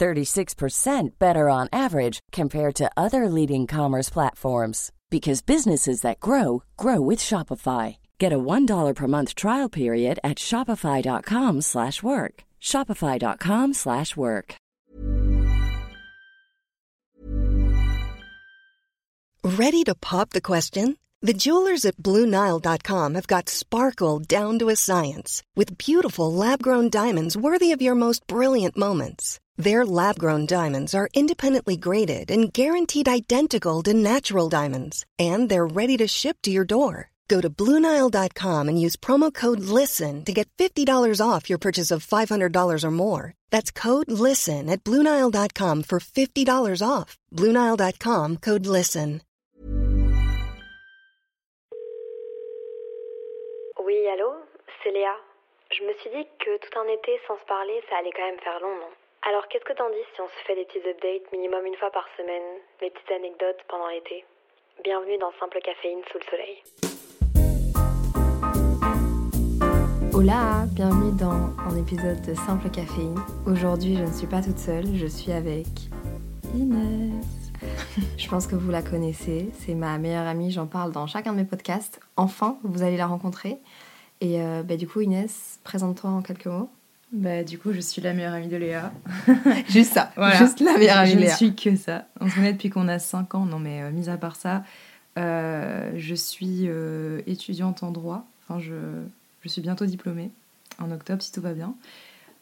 36% better on average compared to other leading commerce platforms because businesses that grow grow with Shopify. Get a $1 per month trial period at shopify.com/work. slash work. shopify.com/work. slash work. Ready to pop the question? The jewelers at BlueNile.com have got sparkle down to a science with beautiful lab grown diamonds worthy of your most brilliant moments. Their lab grown diamonds are independently graded and guaranteed identical to natural diamonds, and they're ready to ship to your door. Go to BlueNile.com and use promo code LISTEN to get $50 off your purchase of $500 or more. That's code LISTEN at BlueNile.com for $50 off. BlueNile.com code LISTEN. Oui, allô C'est Léa. Je me suis dit que tout un été sans se parler, ça allait quand même faire long, non Alors qu'est-ce que t'en dis si on se fait des petits updates minimum une fois par semaine, des petites anecdotes pendant l'été Bienvenue dans Simple Caféine sous le soleil. Hola, bienvenue dans un épisode de Simple Caféine. Aujourd'hui, je ne suis pas toute seule, je suis avec Inès. je pense que vous la connaissez, c'est ma meilleure amie, j'en parle dans chacun de mes podcasts. Enfin, vous allez la rencontrer. Et euh, bah, du coup, Inès, présente-toi en quelques mots. Bah, du coup, je suis la meilleure amie de Léa. Juste ça, Voilà. juste la meilleure amie je de ne Léa. suis que ça. On se connaît depuis qu'on a 5 ans. Non, mais euh, mis à part ça, euh, je suis euh, étudiante en droit. Enfin, je, je suis bientôt diplômée en octobre, si tout va bien.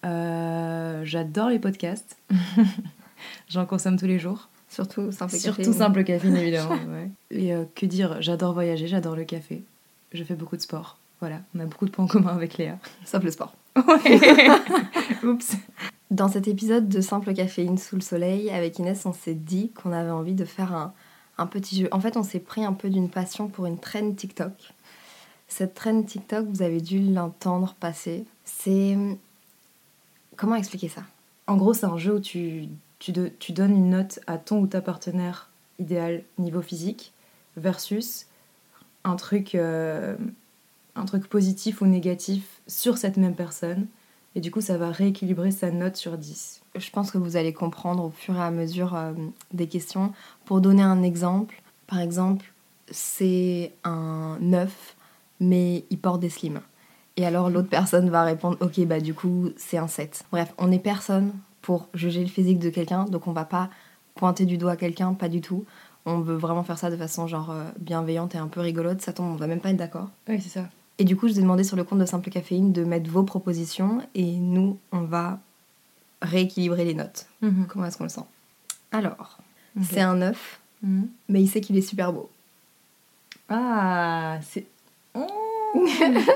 Euh, J'adore les podcasts. J'en consomme tous les jours. Surtout Simple Surtout Caféine. simple caféine, évidemment. ouais. Et euh, que dire J'adore voyager, j'adore le café. Je fais beaucoup de sport. Voilà, on a beaucoup de points communs avec Léa. Sauf le sport. Ouais. Oups. Dans cet épisode de Simple Caféine sous le soleil, avec Inès, on s'est dit qu'on avait envie de faire un, un petit jeu. En fait, on s'est pris un peu d'une passion pour une traîne TikTok. Cette traîne TikTok, vous avez dû l'entendre passer. C'est. hum, Comment expliquer ça En gros, c'est un jeu où tu, tu, do- tu donnes une note à ton ou ta partenaire idéal niveau physique versus un truc, euh, un truc positif ou négatif sur cette même personne. Et du coup, ça va rééquilibrer sa note sur 10. Je pense que vous allez comprendre au fur et à mesure euh, des questions. Pour donner un exemple, par exemple, c'est un 9, mais il porte des slims. Et alors l'autre personne va répondre, ok, bah du coup, c'est un 7. Bref, on est personne pour juger le physique de quelqu'un, donc on va pas pointer du doigt quelqu'un, pas du tout. On veut vraiment faire ça de façon genre euh, bienveillante et un peu rigolote, ça tombe, on va même pas être d'accord. Oui, c'est ça. Et du coup, je vous ai demandé sur le compte de Simple Caféine de mettre vos propositions et nous, on va rééquilibrer les notes. Mhm. Comment est-ce qu'on le sent Alors, c'est un 9, Mhm. mais il sait qu'il est super beau. Ah, c'est. Mmh. Oh.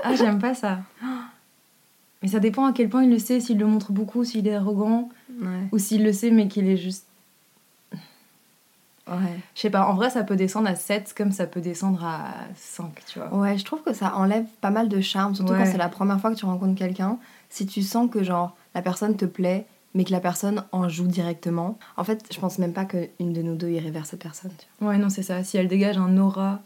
ah, j'aime pas ça. Mais ça dépend à quel point il le sait, s'il le montre beaucoup, s'il est arrogant, Ouais. ou s'il le sait mais qu'il est juste. Ouais. Je sais pas, en vrai, ça peut descendre à 7 comme ça peut descendre à 5, tu vois. Ouais, je trouve que ça enlève pas mal de charme, surtout Ouais. quand c'est la première fois que tu rencontres quelqu'un. Si tu sens que genre la personne te plaît, mais que la personne en joue directement. En fait, je pense même pas qu'une de nous deux irait vers cette personne. tu Ouais, non, c'est ça. Si elle dégage un aura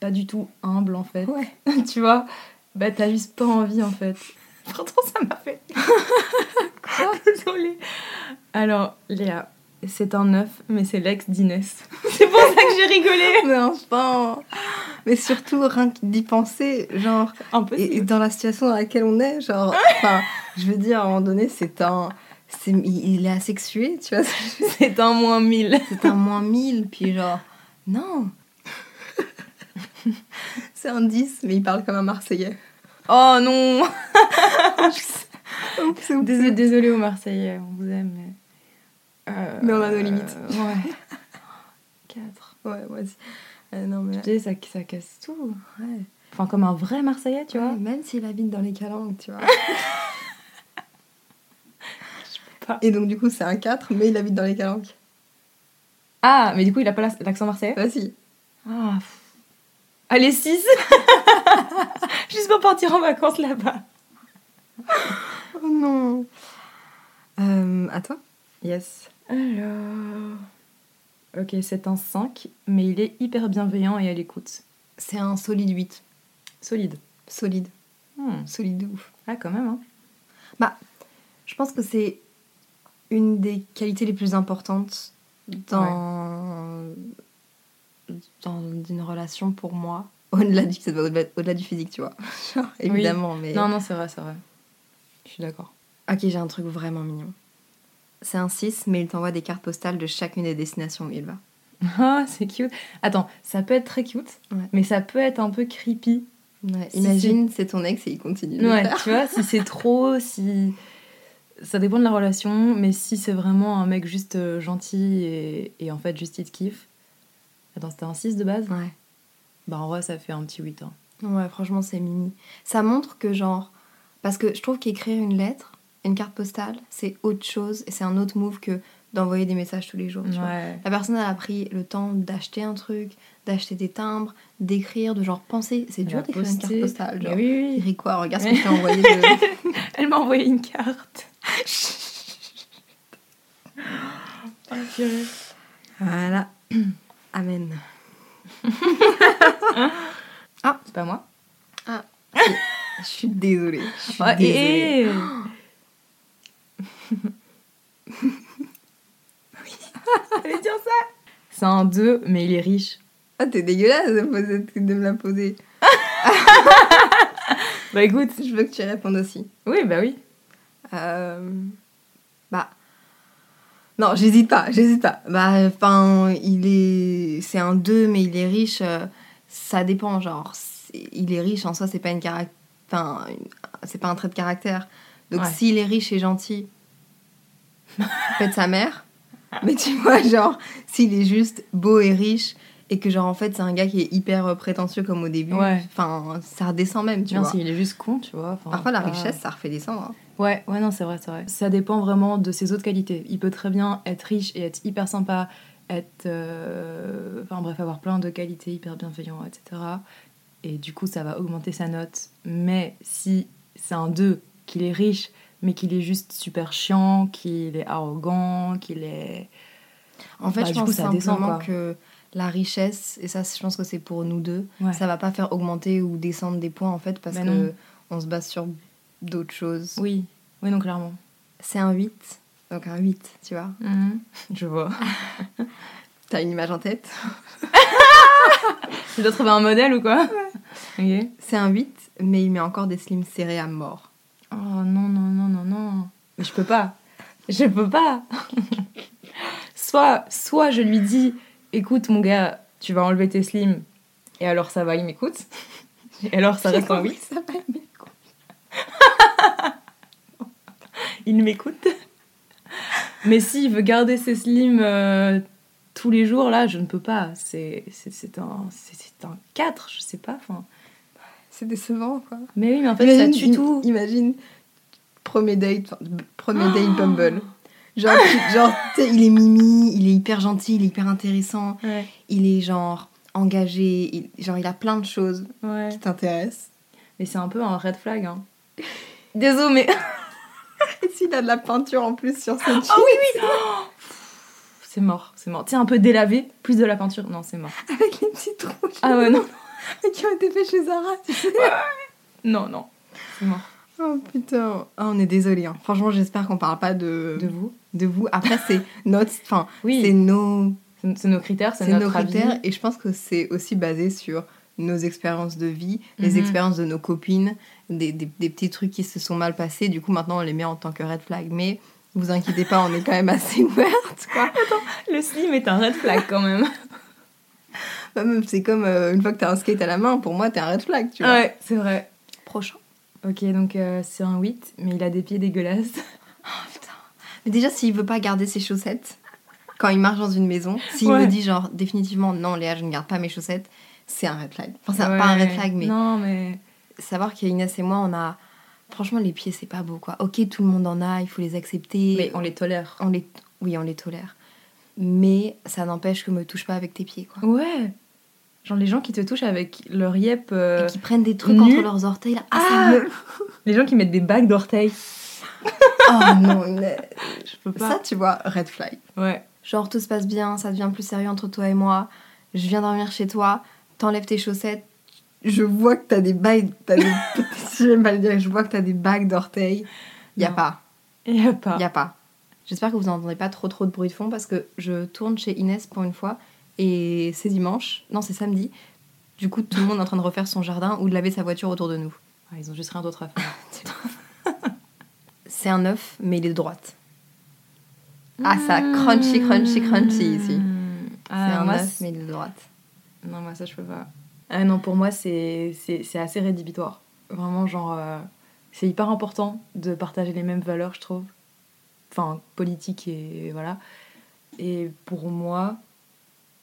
pas du tout humble, en fait, vois. Ouais. tu vois, bah t'as juste pas envie, en fait. Pardon, ça m'a fait. Quoi Désolée. Alors, Léa, c'est un œuf, mais c'est l'ex d'Inès. c'est pour ça que j'ai rigolé. Mais enfin Mais surtout, rien que d'y penser, genre, Un peu. Et, et dans la situation dans laquelle on est, genre, enfin, je veux dire, à un moment donné, c'est un. c'est- il il est asexué, tu vois, c'est C'est un moins 1000. c'est un moins 1000, puis genre, non C'est un 10, mais il parle comme un Marseillais. Oh non Oups, oups. Désolée, désolée aux Marseillais, on vous aime, mais. Euh, Mais on a nos limites. euh, ouais. 4. Ouais, vas-y. Euh, non, mais. Tu sais, ça, ça casse tout. Ouais. Enfin, comme un vrai Marseillais, tu Tu vois, vois. même s'il habite dans les calanques, tu vois. pas. Et donc, du coup, c'est un 4, mais il habite dans les calanques. Ah, mais du coup, il a pas l'accent marseillais Bah si. Ah. pff. Allez, 6 Juste pour partir en vacances là-bas. Oh non. Euh, à toi Yes. Alors. Ok, c'est un 5, mais il est hyper bienveillant et à l'écoute. C'est un solide 8. Solide. Solide. Hmm. Solide de ouf. Ah, quand même, hein. Bah, je pense que c'est une des qualités les plus importantes dans, dans une relation pour moi. Au-delà du, c'est pas au-delà, au-delà du physique, tu vois. Genre, évidemment, mais. Non, non, c'est vrai, c'est vrai. Je suis d'accord. Ok, j'ai un truc vraiment mignon. C'est un 6, mais il t'envoie des cartes postales de chacune des destinations où il va. Ah, c'est cute. Attends, ça peut être très cute, Ouais. mais ça peut être un peu creepy. Si imagine, c'est ton ex et il continue. de le Ouais, faire. tu vois, si c'est trop, si. Ça dépend de la relation, mais si c'est vraiment un mec juste euh, gentil et, et en fait juste il te kiffe. Attends, c'était un 6 de base Ouais. Bah en vrai, ça fait un petit hein, 8 ans. Ouais, franchement, c'est mimi. Ça montre que, genre, parce que je trouve qu'écrire une lettre, une carte postale, c'est autre chose et c'est un autre move que d'envoyer des messages tous les jours. tu vois. Ouais. La personne, elle a pris le temps d'acheter un truc, d'acheter des timbres, d'écrire, de genre penser. C'est dur Elle a d'écrire une carte posté. postale. Genre, Mais oui, oui. Eric, quoi, regarde ce Mais- que je t'ai envoyé. de- Elle m'a envoyé une carte. voilà. Amen. C'est pas moi Je suis désolée. Je suis Ouais, désolée. et- Fallait dire ça C'est un 2, mais il est riche. Ah, t'es dégueulasse de poser- de me la poser. Bah écoute. Je veux que tu répondes aussi. Oui, bah oui. Euh, Bah. Non, j'hésite pas, j'hésite pas. Bah, enfin, il est. C'est un 2, mais il est riche. euh, Ça dépend, genre. c'est- Il est riche en soi, c'est pas une caract... Enfin, une- c'est pas un trait de caractère. Donc, Ouais. s'il est riche et gentil, pète sa mère. Mais tu vois, genre, s'il est juste beau et riche, et que, genre, en fait, c'est un gars qui est hyper euh, prétentieux comme au début, Ouais. enfin, ça redescend même, tu non, vois. si, il est juste con, tu vois. enfin, Parfois, la pas- richesse, ça refait descendre. hein. Ouais, ouais, non, c'est vrai, c'est vrai. Ça dépend vraiment de ses autres qualités. Il peut très bien être riche et être hyper sympa, être. euh, Enfin bref, avoir plein de qualités, hyper bienveillant, etc. Et du coup, ça va augmenter sa note. Mais si c'est un 2, qu'il est riche, mais qu'il est juste super chiant, qu'il est arrogant, qu'il est. En fait, Bah, je du pense coup, ça descend, simplement quoi. que la richesse, et ça, je pense que c'est pour nous deux, Ouais. ça va pas faire augmenter ou descendre des points en fait, parce Bah que non. on se base sur d'autres choses. Oui, oui, non, clairement. C'est un 8, donc un 8, tu vois. Je vois. T'as une image en tête Tu dois trouver un modèle ou quoi Ok. C'est un 8, mais il met encore des slims serrés à mort. Oh non, non, non, non, non. Mais je peux pas. Je peux pas. soit, soit je lui dis écoute, mon gars, tu vas enlever tes slims. Et alors ça va, il m'écoute. Et alors ça reste un oui. Ça va, mais quoi Il m'écoute. Mais s'il veut garder ses slims euh, tous les jours, là, je ne peux pas. C'est c'est- c'est un, c'est- c'est un 4, je sais pas. enfin. C'est décevant, quoi. Mais oui, mais en fait, ça tue im- tout. Imagine, premier date, enfin, b- premier date Bumble. Genre, tu- genre tu sais, il est mimi, il est hyper gentil, il est hyper intéressant. Ouais, il est genre engagé, il, genre il a plein de choses ouais. qui t'intéressent. Mais c'est un peu un red flag. Hein. Désolé, mais. Et s'il a de la peinture en plus sur ses Ah oui, oui C'est mort, c'est mort. Tiens, un peu délavé, plus de la peinture. Non, c'est mort. avec les petits trous Ah ouais, non, qui ont été faits chez Zara. tu sais. non, non. C'est mort. Oh putain, Ah, on est désolé. hein. Franchement, j'espère qu'on parle pas de, De vous de vous. Après, c'est notre, enfin, c'est Oui, nos, c'est c'est nos critères, c'est c'est notre nos critères, avis. et je pense que c'est aussi basé sur nos expériences de vie, les Mhm. expériences de nos copines, des, des- des petits trucs qui se sont mal passés. Du coup, maintenant, on les met en tant que red flag. Mais vous inquiétez pas, on est quand même assez ouverte, quoi. Le slim est un red flag quand même. Bah, meuf, c'est comme euh, une fois que t'as un skate à la main, pour moi, t'es un red flag, tu vois. ouais, c'est vrai. Prochain. Ok, donc euh, c'est un 8, mais il a des pieds dégueulasses. Mais déjà, s'il veut pas garder ses chaussettes quand il marche dans une maison, s'il Ouais. me dit genre définitivement non, Léa, je ne garde pas mes chaussettes, c'est un red flag. Enfin, c'est Ouais. pas un red flag, mais Non, mais. savoir qu'Inès et moi, on a. Franchement, les pieds, c'est pas beau, quoi. Ok, tout le monde en a, il faut les accepter. Mais on les tolère. on les... Oui, on les tolère. mais ça n'empêche que me touche pas avec tes pieds, quoi. Ouais. Genre les gens qui te touchent avec leur yep. euh, Et qui prennent des trucs nu. entre leurs orteils, là. Ah, ça me- Les gens qui mettent des bagues d'orteils. Oh non, Inès. Je peux Ça, tu vois, red flag. Ouais. Genre, tout se passe bien, ça devient plus sérieux entre toi et moi. Je viens dormir chez toi, t'enlèves tes chaussettes. Je vois que t'as des bagues, t'as des... si j'aime pas le dire, je vois que t'as des bagues d'orteils. Y a Non. pas, Y a pas. y a pas. J'espère que vous n'entendez pas trop trop de bruit de fond parce que je tourne chez Inès pour une fois et c'est dimanche, non c'est samedi. Du coup, tout le monde est en train de refaire son jardin ou de laver sa voiture autour de nous. Ah, ils ont juste rien d'autre à faire. C'est un œuf, mais il est de droite. Ah, ça crunchy, crunchy, crunchy ici. c'est Ah, un moi, œuf, c'est- mais il est de droite. Non, moi, ça, je peux pas. Ah non, pour moi, c'est c'est- c'est assez rédhibitoire. Vraiment, genre, euh, c'est hyper important de partager les mêmes valeurs, je trouve. Enfin, politique et voilà. Et pour moi,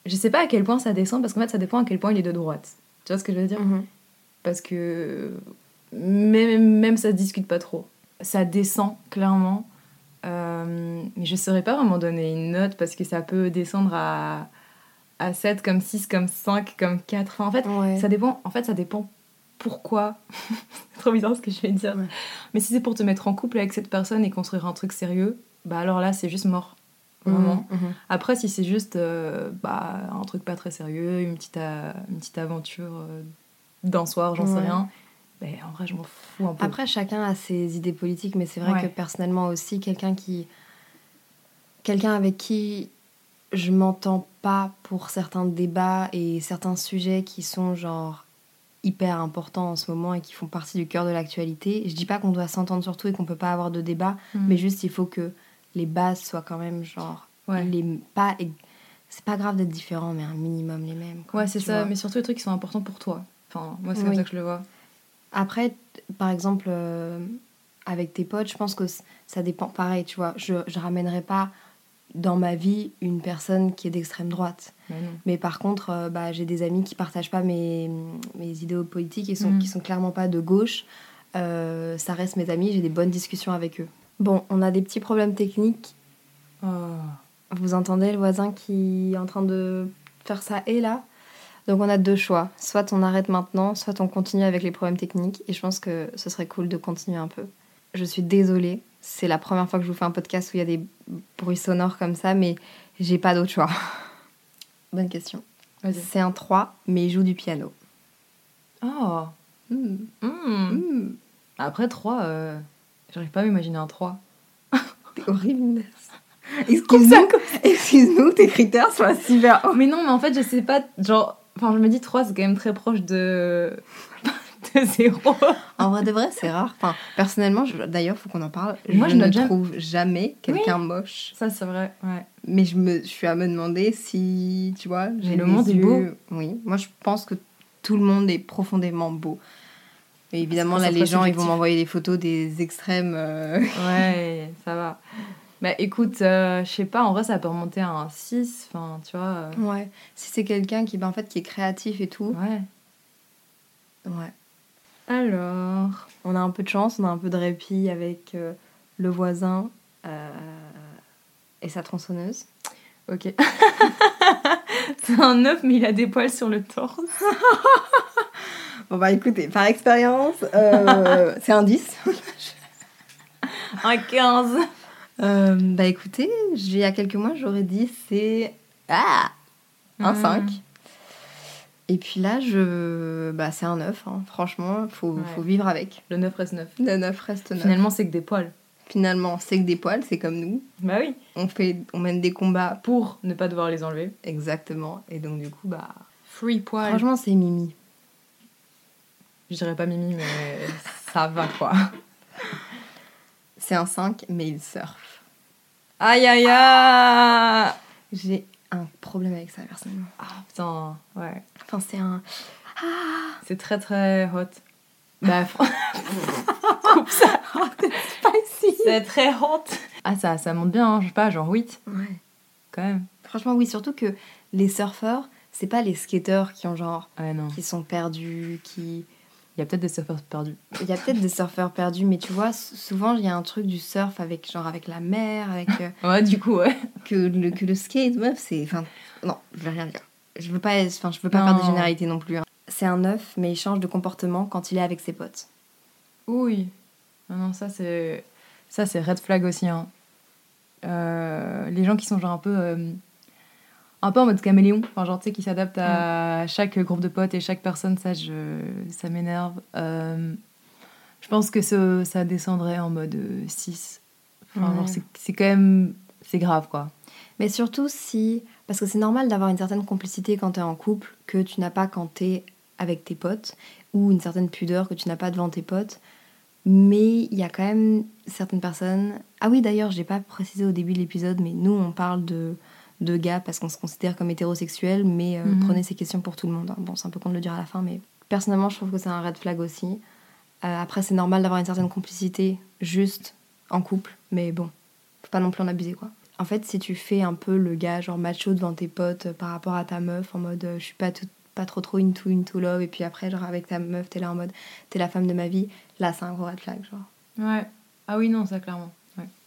je sais pas à quel point ça descend, parce qu'en fait, ça dépend à quel point il est de droite. Tu vois ce que je veux dire Mhm. Parce que même, même ça se discute pas trop. Ça descend, clairement. Euh, mais je saurais pas vraiment donner une note, parce que ça peut descendre à, à 7, comme 6, comme 5, comme 4. Enfin, en fait, Ouais. ça dépend, en fait, ça dépend pourquoi. c'est trop bizarre ce que je vais dire. Ouais. Mais si c'est pour te mettre en couple avec cette personne et construire un truc sérieux, bah alors là, c'est juste mort. Vraiment. Mhm, mhm. Après, si c'est juste euh, bah, un truc pas très sérieux, une petite, euh, une petite aventure euh, d'un soir, j'en sais Ouais. rien, bah, en vrai, je m'en fous un peu. Après, chacun a ses idées politiques, mais c'est vrai Ouais. que personnellement aussi, quelqu'un qui. Quelqu'un avec qui je m'entends pas pour certains débats et certains sujets qui sont genre hyper importants en ce moment et qui font partie du cœur de l'actualité. Je dis pas qu'on doit s'entendre sur tout et qu'on peut pas avoir de débat, Mm. mais juste il faut que les bases soient quand même genre Ouais. les pas c'est pas grave d'être différent mais un minimum les mêmes. quoi, ouais, c'est tu ça, vois. mais surtout les trucs qui sont importants pour toi. Enfin, moi, c'est comme Oui. ça que je le vois. Après, t- par exemple, euh, avec tes potes, je pense que c- ça dépend. Pareil, tu vois, je, je ramènerai pas dans ma vie une personne qui est d'extrême droite. Mais non. Mais par contre, euh, bah, j'ai des amis qui partagent pas mes, mes idéaux politiques et sont, Mm. qui sont clairement pas de gauche. Euh, ça reste mes amis, j'ai des bonnes discussions avec eux. Bon, on a des petits problèmes techniques. Oh. Vous entendez le voisin qui est en train de faire ça et là Donc on a deux choix. Soit on arrête maintenant, soit on continue avec les problèmes techniques. Et je pense que ce serait cool de continuer un peu. Je suis désolée, c'est la première fois que je vous fais un podcast où il y a des bruits sonores comme ça, mais j'ai pas d'autre choix. Bonne question. Vas-y. C'est un 3, mais il joue du piano. Oh. Hmm, Mm. Après 3, j'arrive pas à m'imaginer un 3. T'es horrible. Excuse-nous, excuse-nous, tes critères sont super. Mais non, mais en fait, je sais pas, genre, enfin, je me dis 3, c'est quand même très proche de. de 0. En vrai de vrai, c'est rare. Enfin, personnellement, je- d'ailleurs, faut qu'on en parle. Moi, je ne note jamais. trouve jamais quelqu'un moche. Ça, c'est vrai, ouais. Mais je, me, je suis à me demander si, tu vois, j'ai Mais le des monde est beau. yeux- Oui, moi, je pense que tout le monde est profondément beau. Et évidemment, Parce là, que ça les sera gens, ils vont subjectif. m'envoyer des photos des extrêmes. euh, Ouais, ça va. Bah écoute, euh, je sais pas, en vrai, ça peut remonter à un 6, enfin, tu vois. euh, Ouais. Si c'est quelqu'un qui, ben, en fait, qui est créatif et tout. Ouais. Ouais. Alors. On a un peu de chance, on a un peu de répit avec euh, le voisin euh, et sa tronçonneuse. Ok. c'est un 9, mais il a des poils sur le torse. Bon bah écoutez, par expérience, euh, c'est un 10. Un 15. Euh, bah écoutez, j'ai- il y a quelques mois, j'aurais dit c'est ah, un Mm. 5. Et puis là, je bah, c'est un 9. hein. Franchement, faut, Ouais. faut vivre avec. Le 9 reste 9. Le 9 reste 9. Finalement, Finalement, c'est que des poils. c'est que des poils, c'est comme nous. Bah oui. On, fait, on mène des combats Pour ne pas devoir les enlever. exactement. Et donc du coup, bah... Free poil. Franchement, c'est Mimi. je dirais pas Mimi, mais ça va quoi. C'est un 5, mais il surfe. Aïe aïe aïe J'ai un problème avec ça, personnellement. Ah putain, ouais. Enfin, c'est un... C'est très très hot. Bah, fr- Spicy c'est très hot. Ah, ça, ça monte bien, hein, je sais pas, genre 8 Ouais. quand même. Franchement, oui, surtout que les surfeurs, c'est pas les skateurs qui ont genre Ouais, non. qui sont perdus, qui Il y a peut-être des surfeurs perdus. Il y a peut-être des surfeurs perdus, mais tu vois, s- souvent il y a un truc du surf avec genre avec la mer, avec euh, Ouais, du coup, ouais. que, le, que le skate, meuf, c'est. Enfin, non, je vais rien dire. Je veux pas, enfin, je veux pas Non. faire des généralités non plus. hein. C'est un œuf, mais il change de comportement quand il est avec ses potes. Oui. Non, non, ça c'est ça c'est red flag aussi. hein. Euh, les gens qui sont genre un peu euh, un peu en mode caméléon, enfin genre tu sais qui s'adaptent à chaque groupe de potes et chaque personne, ça je ça m'énerve. Euh, je pense que ce- ça descendrait en mode 6. Enfin, Ouais. genre, c'est- c'est quand même c'est grave quoi. Mais surtout si. Parce que c'est normal d'avoir une certaine complicité quand t'es en couple que tu n'as pas quand t'es avec tes potes, ou une certaine pudeur que tu n'as pas devant tes potes. Mais il y a quand même certaines personnes. Ah oui, d'ailleurs, j'ai pas précisé au début de l'épisode, mais nous, on parle de, de gars parce qu'on se considère comme hétérosexuels, mais euh, Mhm. prenez ces questions pour tout le monde. hein. Bon, c'est un peu con de le dire à la fin, mais personnellement, je trouve que c'est un red flag aussi. Euh, après, c'est normal d'avoir une certaine complicité juste en couple, mais bon, faut pas non plus en abuser, quoi. En fait, si tu fais un peu le gars genre macho devant tes potes euh, par rapport à ta meuf, en mode euh, je suis pas, tout- pas trop trop into into love, et puis après, genre avec ta meuf, t'es là en mode t'es la femme de ma vie, là c'est un gros red flag, genre. Ouais. Ah oui non ça clairement.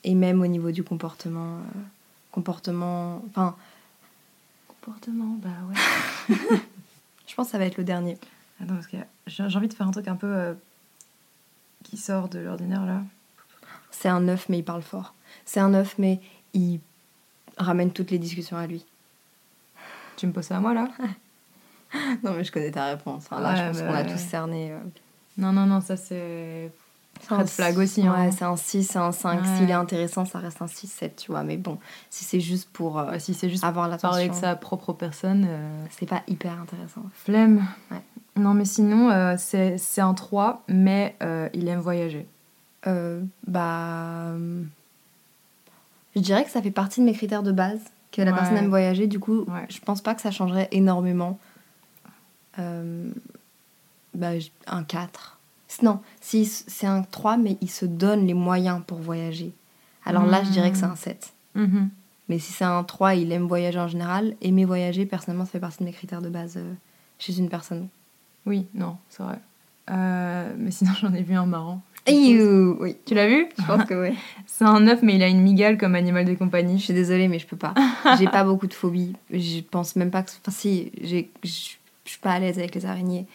Et même au niveau du comportement, euh, comportement, enfin, Comportement bah ouais. je pense que ça va être le dernier. Attends parce que j'ai j'ai envie de faire un truc un peu euh, qui sort de l'ordinaire là. C'est un œuf, mais il parle fort. C'est un œuf, mais il ramène toutes les discussions à lui. Tu me poses ça à moi là Non, mais je connais ta réponse. hein. Là, Ouais, je pense bah qu'on a ouais. tous cerné. euh, Non non non ça c'est C'est un Red flag s- aussi, hein. Ouais, c'est un 6, c'est un 5. Ouais. S'il est intéressant, ça reste un 6, 7, tu vois. Mais bon, si c'est juste pour euh, Bah, si c'est juste avoir l'attention, parler de sa propre personne, euh, c'est pas hyper intéressant. flemme. Ouais. Non, mais sinon, euh, c'est c'est un 3, mais euh, il aime voyager. Euh, bah. euh, Je dirais que ça fait partie de mes critères de base, que la Ouais. personne aime voyager. Du coup, Ouais. je pense pas que ça changerait énormément. Euh, bah, j- un 4. Non, si, c'est un 3, mais il se donne les moyens pour voyager. Alors là, je dirais que c'est Hmm. un 7. Mm-hmm. Mais si c'est un 3, il aime voyager en général. Aimer voyager, personnellement, ça fait partie de mes critères de base euh, chez une personne. Oui, non, c'est vrai. Euh, mais sinon, j'en ai vu un marrant. Ew, oui, Tu l'as vu je pense que oui. C'est un 9, mais il a une migale comme animal de compagnie. Je suis désolée, mais je peux pas. J'ai pas beaucoup de phobies. Je pense même pas que. Enfin, si, j'ai- je je suis pas à l'aise avec les araignées.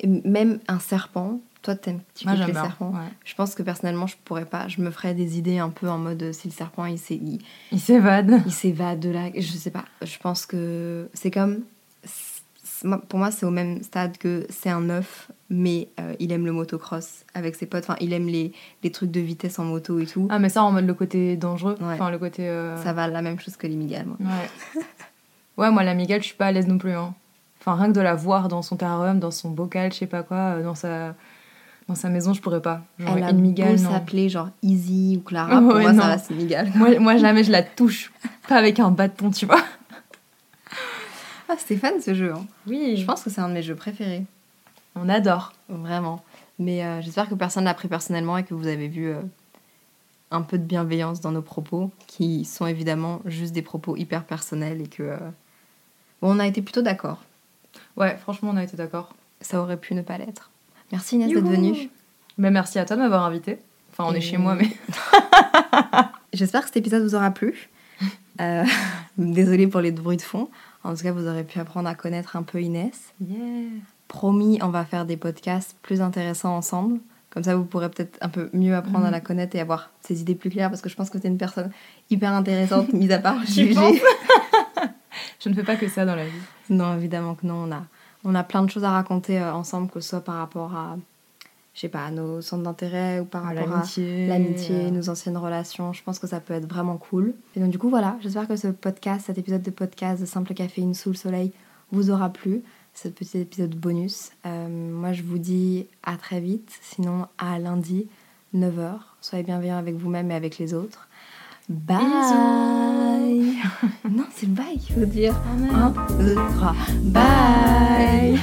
Et même un serpent. Toi, t'aimes tu Moi, kiffes j'aime les bien. serpents. Ouais. Je pense que personnellement, je pourrais pas. Je me ferais des idées un peu en mode euh, si le serpent il s'est- il- Il s'évade. il s'évade de là, je sais pas. Je pense que c'est comme. c'est- Pour moi, c'est au même stade que c'est un œuf, mais euh, il aime le motocross avec ses potes. Enfin, il aime les, les trucs de vitesse en moto et tout. Ah, mais ça, en mode le côté dangereux. Ouais. Enfin, le côté. euh, Ça va la même chose que les migales, moi. Ouais. ouais, moi, la migale, je suis pas à l'aise non plus. hein. Enfin, rien que de la voir dans son terrarium, dans son bocal, je sais pas quoi, euh, dans sa, dans sa maison, je pourrais pas. Genre, Elle a une migale, beau non. s'appeler genre Easy ou Clara. Pour Ouais, moi, non. ça va, c'est migale. Moi, moi, jamais je la touche. Pas avec un bâton, tu vois. Ah, Stéphane, ce jeu. hein. Oui, Je pense que c'est un de mes jeux préférés. On adore. Vraiment. Mais euh, j'espère que personne l'a pris personnellement et que vous avez vu euh, un peu de bienveillance dans nos propos, qui sont évidemment juste des propos hyper personnels et que. euh, Bon, on a été plutôt d'accord. Ouais, franchement, on a été d'accord. Ça aurait pu ne pas l'être. Merci Inès Youhou d'être venue. Mais merci à toi de m'avoir invité. Enfin, on est Et- chez moi, mais. J'espère que cet épisode vous aura plu. Euh, Désolée pour les bruits de fond. En tout cas, vous aurez pu apprendre à connaître un peu Inès. Promis, on va faire des podcasts plus intéressants ensemble. Comme ça, vous pourrez peut-être un peu mieux apprendre à la connaître et avoir ses idées plus claires parce que je pense que t'es une personne hyper intéressante, mis à part juger. penses Je ne fais pas que ça dans la vie. Non, évidemment que non. On a, on a plein de choses à raconter euh, ensemble, que ce soit par rapport à, je sais pas, à nos centres d'intérêt ou par rapport à Oh, L'amitié. euh. l'amitié, nos anciennes relations. Je pense que ça peut être vraiment cool. Et donc, du coup, voilà. J'espère que ce podcast, cet épisode de podcast de Simple Caféine sous le soleil vous aura plu. Ce petit épisode bonus. Euh, moi, je vous dis à très vite. Sinon, à lundi, 9h. Soyez bienveillants avec vous-même et avec les autres. Bye! non, c'est le bye, il faut dire. Ah, merde. Un, deux, trois. Bye!